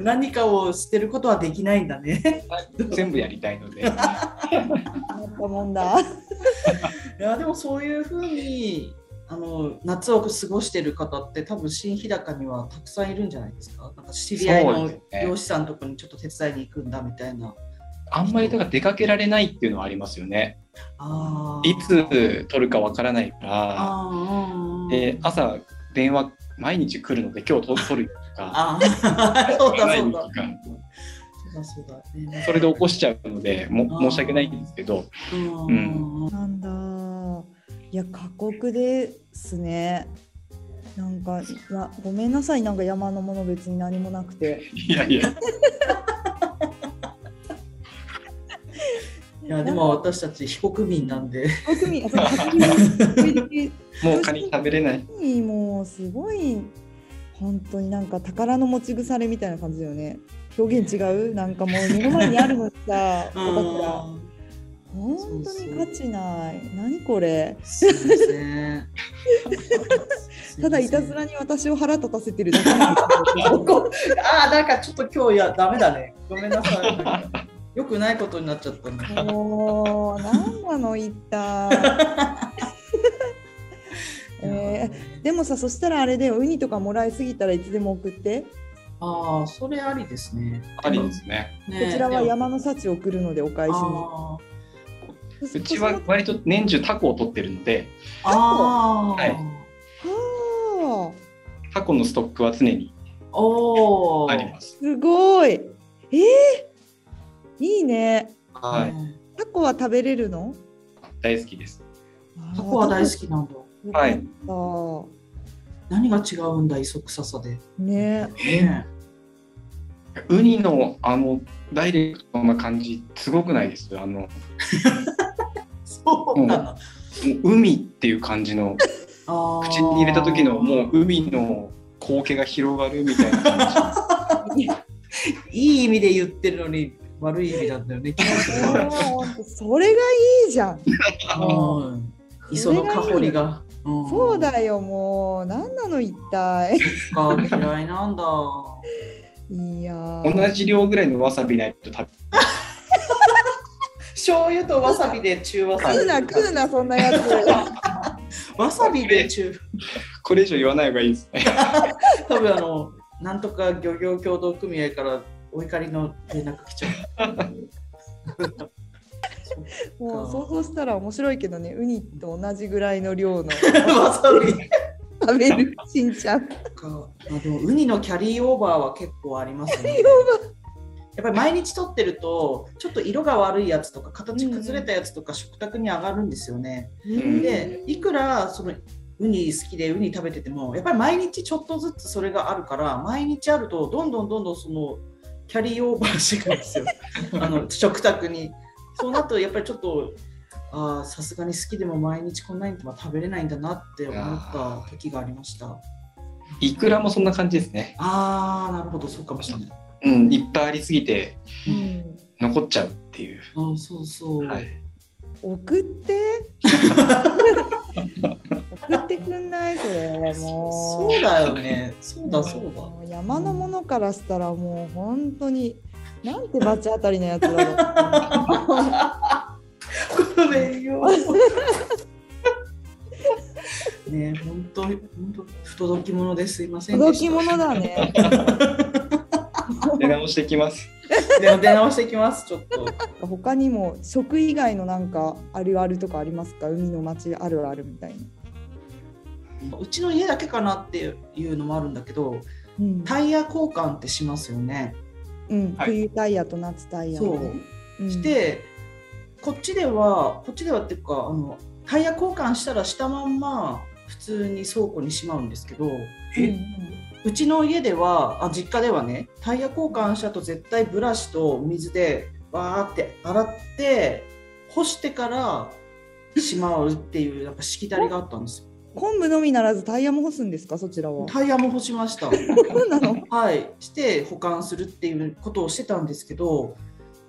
Speaker 3: 何かを捨てることはできないんだね。 *laughs*
Speaker 4: 全部やりたいので、
Speaker 1: なったもんだ。
Speaker 3: いやでもそういうふうにあの夏を過ごしてる方って多分新日高にはたくさんいるんじゃないですか。なんか知り合い
Speaker 4: そう
Speaker 3: の
Speaker 4: ですね
Speaker 3: 漁師さんのとこにちょっと手伝いに行くんだみたいな。
Speaker 4: あんまりだから出かけられないっていうのはありますよね。
Speaker 3: あー
Speaker 4: いつ取るかわからないから、
Speaker 3: あー
Speaker 4: で朝電話毎日来るので今日と取るよと
Speaker 3: *laughs*
Speaker 4: か、
Speaker 3: あー *laughs* そうだ
Speaker 4: ない
Speaker 3: そ
Speaker 4: よ
Speaker 3: う
Speaker 4: と
Speaker 3: だ
Speaker 4: か
Speaker 3: そうだそうだね
Speaker 4: それで起こしちゃうのでも
Speaker 3: あー
Speaker 4: 申し訳ないんですけど、
Speaker 3: うん
Speaker 4: うん
Speaker 1: なんだ。いや過酷ですね。なんかいやごめんなさいなんか山のもの別に何もなくて。
Speaker 4: いやいや、
Speaker 3: いやでも私たち非国民なんで
Speaker 1: なんか特にあそう確認
Speaker 4: もうカニ食べれない。
Speaker 1: 特にもうすごい本当になんか宝の持ち腐れみたいな感じだよね。表現違うなんかもう目の前にあるのにさ、
Speaker 3: *laughs* う
Speaker 1: おばちゃん
Speaker 3: ん
Speaker 1: 本当に価値ない。何これ。
Speaker 3: すいません
Speaker 1: *laughs* ただいたずらに私を腹立たせてるだけなんですけど。
Speaker 3: *laughs* ああ、なんかちょっと今日いや、ダメだね。ごめんなさいなんか。よくないことになっちゃったね。
Speaker 1: もう何なの一体えーでもさそしたらあれでウニとかもらいすぎたらいつでも送って、
Speaker 3: ああ、それありですね。
Speaker 4: ありですね。
Speaker 3: ね
Speaker 1: こちらは
Speaker 3: でも
Speaker 1: 山の幸を送るのでお返しに
Speaker 3: あ
Speaker 1: そう
Speaker 4: ち
Speaker 1: そ
Speaker 4: は
Speaker 1: う
Speaker 4: 割と年中タコを取ってるので、
Speaker 3: あ。ああ。
Speaker 4: はい
Speaker 1: はあ
Speaker 4: タコのストックは常に
Speaker 3: おお。
Speaker 4: あります。
Speaker 1: すごいえー、いいね
Speaker 4: はい、
Speaker 3: い。
Speaker 1: タコは食べれるの
Speaker 4: 大好きです。
Speaker 3: タコは大好きなんだ。
Speaker 1: き
Speaker 4: はい
Speaker 1: は
Speaker 3: 何が違うんだ、磯臭さで。
Speaker 1: いね
Speaker 4: *laughs*
Speaker 3: ね
Speaker 4: ウニのあのダイレクトな感じすごくないですあのも
Speaker 3: そうかな。
Speaker 4: う海っていう感じの
Speaker 3: ああ。
Speaker 4: 口に入れた時のもう海の光景が広がるみたいな感
Speaker 3: いい意味で言ってるのに、悪い意味なんだよね。気持ち
Speaker 1: え
Speaker 3: 悪い
Speaker 1: ーほんとそれがいいじ
Speaker 3: *laughs*
Speaker 1: ゃんもう
Speaker 3: うん磯の香りが。ん
Speaker 1: そうだよもう何なの一体
Speaker 3: か嫌いなんだ。
Speaker 1: いや
Speaker 4: *laughs* じ同
Speaker 1: ー
Speaker 4: じ量ぐらいのわさびないと食
Speaker 3: 醤油とわさびで中和さ
Speaker 1: 食うな食うなそんなや
Speaker 4: *laughs*
Speaker 1: つ
Speaker 3: わさびで中
Speaker 4: べこれ以上言わない方がいいですね
Speaker 3: 多分あのなんとか漁業協同組合からお怒りの連絡来ちゃう。
Speaker 1: もう想像したら面白いけどねウニと同じぐらいの量
Speaker 4: *laughs*
Speaker 1: の
Speaker 3: *laughs* わさび
Speaker 1: 食べるしんちゃん
Speaker 3: か。あでもウニのキャリーオーバーは結構ありますね。やっぱり毎日取ってるとちょっと色が悪いやつとか形崩れたやつとか食卓に上がるんですよね。
Speaker 4: ん
Speaker 3: でいくらそのウニ好きでウニ食べててもやっぱり毎日ちょっとずつそれがあるから毎日あるとどんどんどんどんそのキャリーオーバーしていくんです
Speaker 4: *laughs*
Speaker 3: よあの食卓にそうなるとやっぱりちょっとあーさすがに好きでも毎日こんなには食べれないんだなって思った時がありました
Speaker 4: いくらもそんな感じですね
Speaker 3: あーなるほどそうかもしれない
Speaker 4: うんいっぱいありすぎて
Speaker 1: うん
Speaker 4: 残っちゃうっていう、
Speaker 3: うんそうそう、
Speaker 4: はい、
Speaker 1: 送って送ってくんないそれも
Speaker 3: *laughs* そうだよねそうだそうだ
Speaker 1: もう山のものからしたらもう本当になんて罰当たりなやつだ
Speaker 3: *laughs*
Speaker 1: ろう
Speaker 3: ごめんよ。ねえ、本当、本当、不届き者ですいませんで
Speaker 1: 届
Speaker 3: し
Speaker 1: き
Speaker 3: た。
Speaker 1: 物だね
Speaker 4: 出直してきます
Speaker 3: でも出直してきます、ちょっと。
Speaker 1: 他にも食以外のなんかあるあるとかありますか海の町あるあるみたいな、
Speaker 3: うちの家だけかなっていうのもあるんだけど、
Speaker 1: うん
Speaker 3: タイヤ交換ってしますよね。
Speaker 1: うん
Speaker 4: はい
Speaker 1: 冬タイヤと夏タイヤ
Speaker 3: そ
Speaker 1: を
Speaker 3: う。
Speaker 1: ん
Speaker 3: して、こっちでは、こっちではっていうか、あの、タイヤ交換したらしたまんま。普通に倉庫にしまうんですけど、
Speaker 1: うん
Speaker 4: え
Speaker 3: うちの家ではあ実家ではねタイヤ交換したと絶対ブラシと水でわーって洗って干してからしまうっていうなんかしきたりがあったんですよ。
Speaker 4: *laughs*
Speaker 1: 昆布のみならずタイヤも干すんですかそちらは。
Speaker 3: タイヤも干しました。
Speaker 1: そうなの？
Speaker 3: はい、して保管するっていうことをしてたんですけど、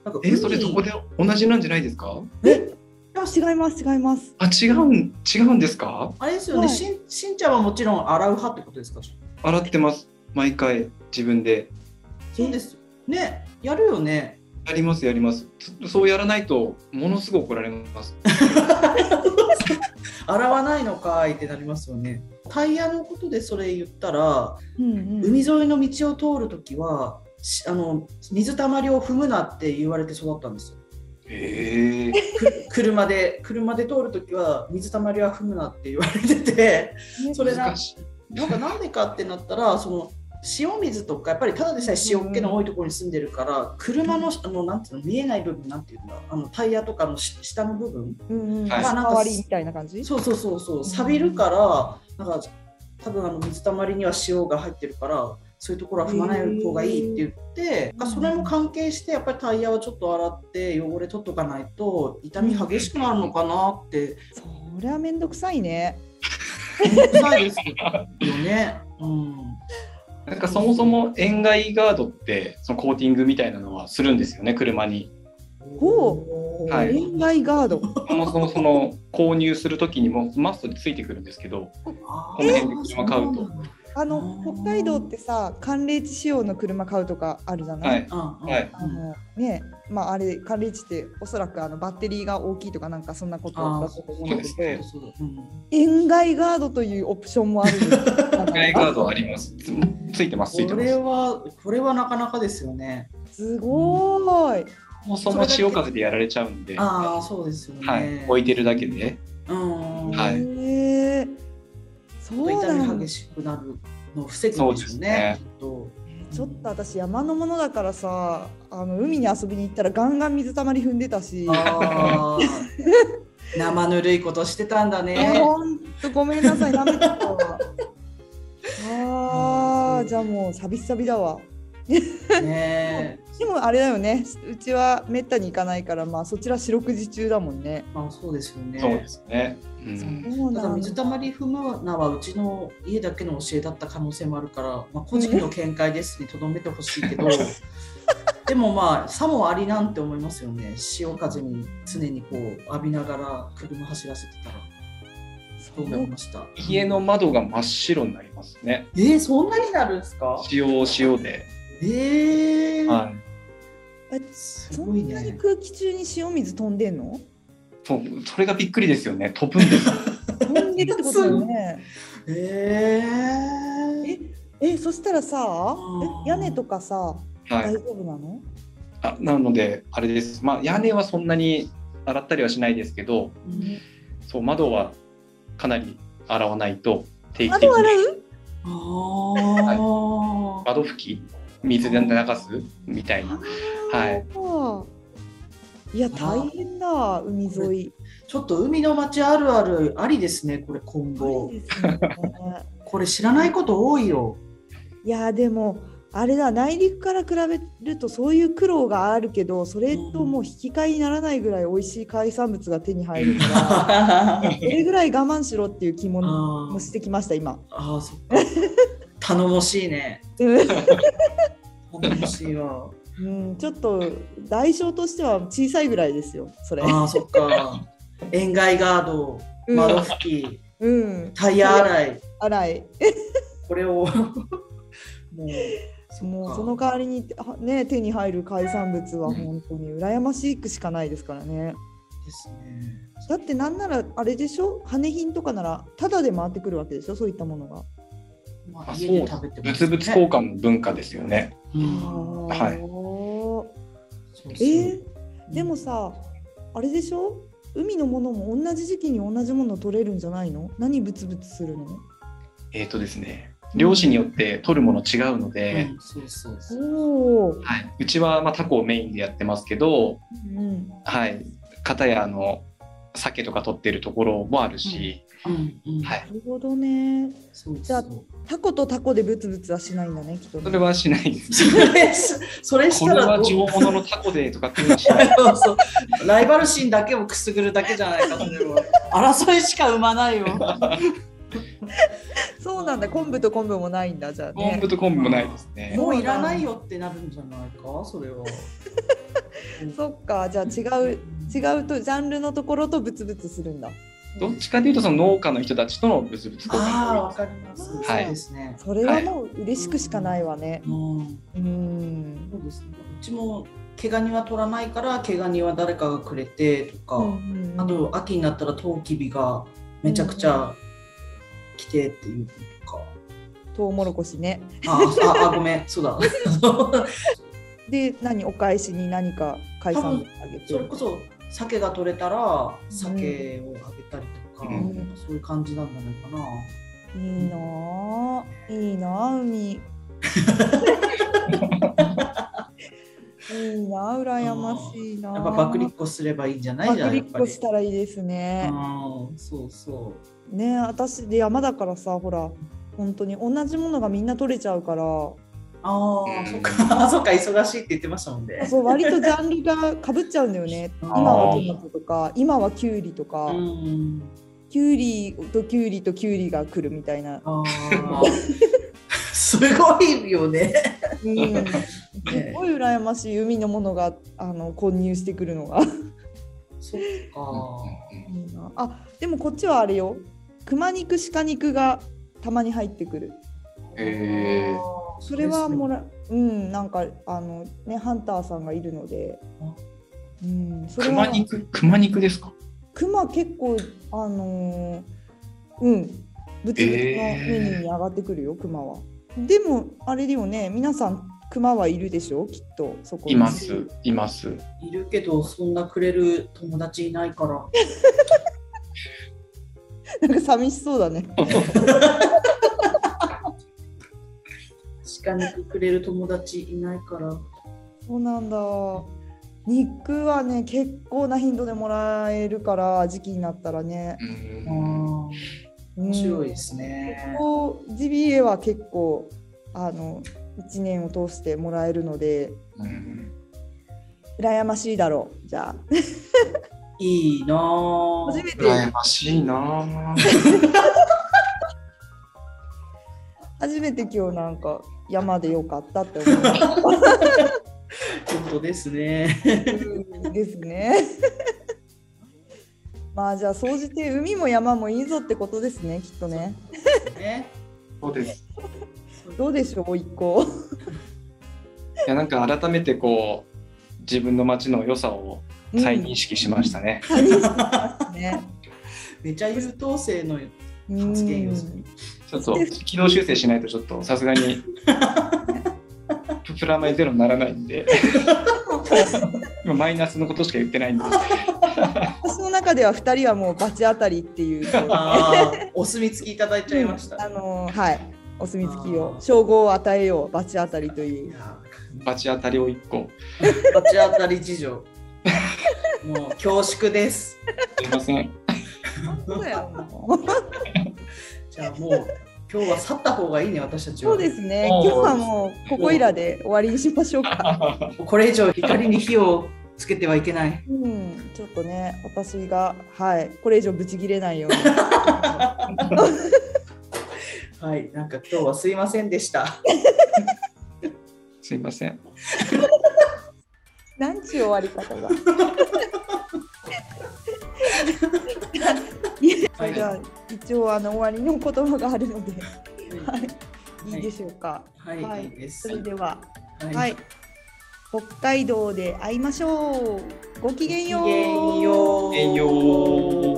Speaker 3: なんか
Speaker 4: えそれ
Speaker 3: 海
Speaker 4: どこで同じなんじゃないですか
Speaker 1: 違います違います。
Speaker 4: あ違うん違うんですか
Speaker 3: あれですよ
Speaker 1: は
Speaker 3: ね、
Speaker 1: い
Speaker 3: しんしんちゃんはもちろん洗う派ってことですか。
Speaker 4: 洗ってます毎回自分で
Speaker 3: そうですよね、やるよね。
Speaker 4: やりますやりますそそうやらないとものすごい怒られます
Speaker 3: 洗わないのかいってなりますよね。タイヤのことでそれ言ったら、
Speaker 1: うんうん。
Speaker 3: 海沿いの道を通るときはしあの水たまりを踏むなって言われて育ったんですよ。
Speaker 4: え
Speaker 3: く
Speaker 4: え
Speaker 3: *laughs* 車で車で通るときは水たまりは踏むなって言われててそれが
Speaker 4: 難しい。
Speaker 3: なんかなんでかってなったらその塩水とかやっぱりただでさえ塩っ気の多いところに住んでるから車のあのなんていうの見えない部分なんていうんだあのタイヤとかのし下の部分
Speaker 1: うんうん、
Speaker 4: はい
Speaker 1: まあ、なんか代わりみたいな感じ。
Speaker 3: そうそうそうそう錆びるからなんか多分あの水たまりには塩が入ってるからそういうところは踏まない方がいいって言って、
Speaker 1: ー
Speaker 3: それも関係してやっぱりタイヤはちょっと洗って汚れ取っとかないと痛み激しくなるのかなって
Speaker 1: そりゃめんどくさいね。
Speaker 3: 思いですよね。うん
Speaker 4: なんかそもそも塩害ガードってそのコーティングみたいなのはするんですよね車に。
Speaker 1: ほ
Speaker 4: は
Speaker 1: 恋
Speaker 4: い
Speaker 1: 愛ガード。
Speaker 4: そもそもその購入するときにもマストでついてくるんですけど、
Speaker 3: あ
Speaker 4: この辺で車買うと
Speaker 3: そうなんだ
Speaker 1: あ
Speaker 3: う
Speaker 1: の、
Speaker 3: ん
Speaker 1: 北海道ってさ、寒冷地仕様の車買うとかあるじゃない。
Speaker 4: はい
Speaker 3: うんうん
Speaker 4: はい
Speaker 1: あのね、まあ、あれ寒冷地っておそらくあのバッテリーが大きいとかなんかそんなことだと思うんだ
Speaker 4: そう
Speaker 1: け
Speaker 4: で
Speaker 1: ど
Speaker 3: そうそううん
Speaker 1: 塩害ガードというオプションもあるんですよ
Speaker 4: 塩害ガードあります。つついてますついて
Speaker 3: こ
Speaker 4: ま
Speaker 3: れ
Speaker 4: す。
Speaker 3: はこれはなかなかですよね。
Speaker 1: すごーい
Speaker 4: そもそも潮風でやられちゃうんで、
Speaker 3: ああ
Speaker 4: は
Speaker 3: そうですよね。
Speaker 4: い置いてるだけで。
Speaker 3: うん。
Speaker 4: はい
Speaker 1: へーそう
Speaker 3: 痛
Speaker 1: なん
Speaker 3: み
Speaker 1: だ
Speaker 3: 激しくなるのを防ぐんでしょうね。きっと
Speaker 1: ちょっと私山のものだからさあの海に遊びに行ったらガンガン水たまり踏んでたし
Speaker 3: あー生ぬるいことしてたんだ
Speaker 1: えー
Speaker 3: ね。
Speaker 1: ほんとごめんなさい、なめてたわ。ああ、じゃあもうサビサビだわ。
Speaker 3: ね
Speaker 1: でもあれだよね、うちはめったに行かないから、まあそちら四六時中だもんね。
Speaker 3: まあそうですよ
Speaker 4: そう
Speaker 3: ね
Speaker 4: で。すね。う
Speaker 1: そ
Speaker 4: ん
Speaker 1: う
Speaker 3: た
Speaker 1: なん
Speaker 3: だ水たまり踏むなはうちの家だけの教えだった可能性もあるから、まあ、個人の見解ですにとどめてほしい
Speaker 4: *laughs*
Speaker 3: けどでもまあさもありなんて思いますよね潮風に常にこう浴びながら車走らせてたらと思いました
Speaker 4: 家の窓が真っ白になりますね。
Speaker 3: えー、そんなになるんですか
Speaker 4: 塩塩で。
Speaker 3: えー、
Speaker 4: はい。
Speaker 3: す
Speaker 1: そ
Speaker 3: ごい
Speaker 1: んなに
Speaker 3: ね
Speaker 1: 空気中に塩水飛んでんの
Speaker 4: そうそれがびっくりですよね。飛ぶんです。
Speaker 1: 飛んでるってことだよね。
Speaker 3: えー、
Speaker 1: え、そしたらさ
Speaker 3: う、ん
Speaker 1: え屋根とかさ、
Speaker 4: はい
Speaker 1: 大。丈夫なの
Speaker 4: あなのであれです、まあ、屋根はそんなに洗ったりはしないですけどそう窓はかなり洗わないと定期的
Speaker 1: 窓洗
Speaker 4: に
Speaker 1: う
Speaker 3: あー
Speaker 4: 窓拭き水で流すみたいなはい
Speaker 1: い。いや、大変だ、海沿い。
Speaker 3: ちょっと海の町あるあるありですねこれ今
Speaker 1: 大
Speaker 3: 後
Speaker 1: 変ですね。
Speaker 3: これ知らないこと多
Speaker 1: *laughs*
Speaker 3: いよ
Speaker 1: いやーでもあれだ内陸から比べるとそういう苦労があるけどそれともう引き換えにならないぐらい美味しい海産物が手に入るから
Speaker 3: あー
Speaker 1: それぐらい我慢しろっていう気も
Speaker 3: あ
Speaker 1: してきました今。
Speaker 3: ーそっか頼もしいね
Speaker 1: う
Speaker 3: 頼もしいわ
Speaker 1: *laughs* んちょっと代償としては小さいぐらいですよそれ。
Speaker 3: あーそっか塩害ガード
Speaker 1: うん
Speaker 3: 窓拭き
Speaker 1: うん
Speaker 3: タイヤ洗い
Speaker 1: 荒い。
Speaker 3: こ
Speaker 1: *laughs*
Speaker 3: れをもう
Speaker 1: もうその代わりにあね手に入る海産物は本当に羨ましくしかないですからね。
Speaker 3: ですね
Speaker 1: だってなんならあれでしょ羽品とかならタダで回ってくるわけでしょそういったものが。
Speaker 3: まあ
Speaker 4: あ
Speaker 3: 家
Speaker 4: そう
Speaker 3: で食べてます
Speaker 4: 物々交換の文化ですよね
Speaker 3: うん
Speaker 4: はい
Speaker 1: い。
Speaker 3: そう
Speaker 1: え
Speaker 3: そう
Speaker 1: ーでもさ、あれでしょ海のものも同じ時期に同じもの取れるんじゃないの何ブツブツするの
Speaker 4: えっ、とですね漁師によって取るもの違うので、
Speaker 3: うんそうそうそう
Speaker 1: おお。
Speaker 4: はいうちはまあタコをメインでやってますけど、
Speaker 1: うん。
Speaker 4: はい、片やあの鮭とか取ってるところもあるし、
Speaker 3: うんうん
Speaker 4: はい
Speaker 1: なるほどね。
Speaker 3: そう
Speaker 1: じゃあ
Speaker 3: そう
Speaker 1: タコとタコでブツブツはしないんだね、きっとね、
Speaker 4: それはしないです。
Speaker 3: それし *laughs* それし
Speaker 4: こ
Speaker 3: た
Speaker 4: れ
Speaker 3: ら
Speaker 4: は
Speaker 3: どう
Speaker 4: 上物のタコでとかっていうのは
Speaker 3: *laughs*
Speaker 4: しない。
Speaker 3: そうそうライバル心だけをくすぐるだけじゃないかそれ *laughs* は争いしか生まないよ
Speaker 1: そうなんだ、昆布と昆布もないんだ、じゃあ
Speaker 4: 昆
Speaker 1: ね
Speaker 4: 布。と昆布もないですね。
Speaker 3: *laughs* もういらないよってなるんじゃないかそれは
Speaker 1: そっか、じゃあ違う、違うとジャンルのところとブツブツするんだ。
Speaker 4: どっちかというとその農家の人たちとの物々交換
Speaker 3: ああ
Speaker 4: が
Speaker 3: わかります
Speaker 4: はい
Speaker 3: そうですね
Speaker 1: それはもう嬉しくしかないわね。
Speaker 3: うん
Speaker 1: うん。
Speaker 3: そうですねうちも毛ガニは取らないから毛ガニは誰かがくれてとか、
Speaker 1: うん
Speaker 3: あと秋になったらトウキビがめちゃくちゃ来てっていうのとか、
Speaker 1: トウモロコシね
Speaker 3: あああごめんそ
Speaker 1: *laughs*
Speaker 3: うだ
Speaker 1: で何お返しに何か海
Speaker 3: 多
Speaker 1: 産
Speaker 3: 分
Speaker 1: 物あげて
Speaker 3: それこそ鮭が取れたら鮭をあげたりとか、
Speaker 4: うん
Speaker 3: そういう感じなんじゃないかな。
Speaker 1: いいなあいいなあ海いいなあ羨ましいなあ
Speaker 3: やっぱバクリッコすればいいんじゃないじ
Speaker 1: バ
Speaker 3: ゃん
Speaker 1: クリ
Speaker 3: やっ
Speaker 1: ッ
Speaker 3: ぱ
Speaker 1: コ
Speaker 3: り。
Speaker 1: したらいいですね
Speaker 3: ああそうそ
Speaker 1: ね私で山だからさほら本当に同じものがみんな取れちゃうから
Speaker 3: う。ああ、
Speaker 4: うん
Speaker 3: そっか *laughs* そっか忙しいって言ってましたもんね。
Speaker 1: そう割とジャンルがかぶっちゃうんだよね
Speaker 3: *laughs* あー
Speaker 1: 今はトマトとか今はキュウリとか、
Speaker 3: うん。
Speaker 1: キュウリとキュウリとキュウリが来るみたいな、
Speaker 3: ああ *laughs* すごいよね。
Speaker 1: うん、 *laughs* すごい羨ましい海のものがあの混入してくるのが
Speaker 3: そっか。
Speaker 1: いいなあでもこっちはあれよ熊肉鹿肉がたまに入ってくる
Speaker 4: え
Speaker 3: あー
Speaker 1: それはもらうんなんかあのねハンターさんがいるので
Speaker 3: あ。
Speaker 1: うん、それは
Speaker 4: 熊肉熊肉ですか。
Speaker 1: 熊結構あのーうんぶつぶつのメニューに上がってくるよ、熊はでもあれだよね皆さん熊はいるでしょきっとそこに
Speaker 4: いますいます。
Speaker 3: いるけどそんなくれる友達いないから。
Speaker 1: なんか寂しそうだね
Speaker 3: 鹿肉くれる友達いないから。
Speaker 1: そうなんだ肉はね結構な頻度でもらえるから時期になったらね、
Speaker 4: うん
Speaker 3: 面
Speaker 1: 面
Speaker 3: 白いですね。
Speaker 1: こうジビエは結構あの1年を通してもらえるので
Speaker 4: うん
Speaker 1: 羨ましいだろうじゃ
Speaker 3: *laughs*
Speaker 1: あ
Speaker 3: いいなぁ。
Speaker 1: 初めて
Speaker 4: 羨ましいなあ。
Speaker 1: 初めて今日なんか山でよかったって思いました
Speaker 3: 本当ですね。
Speaker 1: ですね。 *laughs* まあじゃあ総じて海も山もいいぞってことですねきっとね。
Speaker 3: ね
Speaker 4: そうです。
Speaker 1: どうでしょう一個。
Speaker 4: いやなんか改めてこう自分の街の良さを再認識しましたね。
Speaker 1: 再認識しますね。
Speaker 3: めちゃ優等生の
Speaker 1: うん
Speaker 3: 発言要するに。
Speaker 4: ちょっと軌道修正しないとちょっとさすがにププラマイゼロにならないんで。今マイナスのことしか言ってないんで。
Speaker 1: 私の中では二人はもうバチ当たりっていうこう
Speaker 3: ああ、お墨付きいただいちゃいました。
Speaker 1: あのはいお墨付きを称号を与えようバチ当たりとい。
Speaker 3: いうや
Speaker 4: バチ当たりを一個。
Speaker 3: ー罰当たり事情。もう恐縮です。
Speaker 4: すいません。 *laughs*
Speaker 1: そうや
Speaker 3: じゃあもう今日は去った方がいいね私たちは。
Speaker 1: そうですね今日はもうここいらで終わりにしましょう
Speaker 4: *laughs*
Speaker 1: か。
Speaker 3: これ以上怒りに火をつけてはいけない。
Speaker 1: うん、ちょっとね、私が、はい、これ以上ブチ切れないように。
Speaker 3: はい、なんか今日はすいませんでした。
Speaker 4: すいません。
Speaker 1: なんちゅう終わり方が。いや
Speaker 3: はい
Speaker 1: じゃあ、一応、あの、終わりの言葉があるので、はい、いいでしょうか。
Speaker 3: はい、
Speaker 1: はい
Speaker 3: いいで
Speaker 1: そ。
Speaker 3: す
Speaker 1: れでは、
Speaker 3: は
Speaker 1: はいい、北海道で会いましょう。ごきげんよう。
Speaker 3: ごきげんよう
Speaker 4: ごきげんよう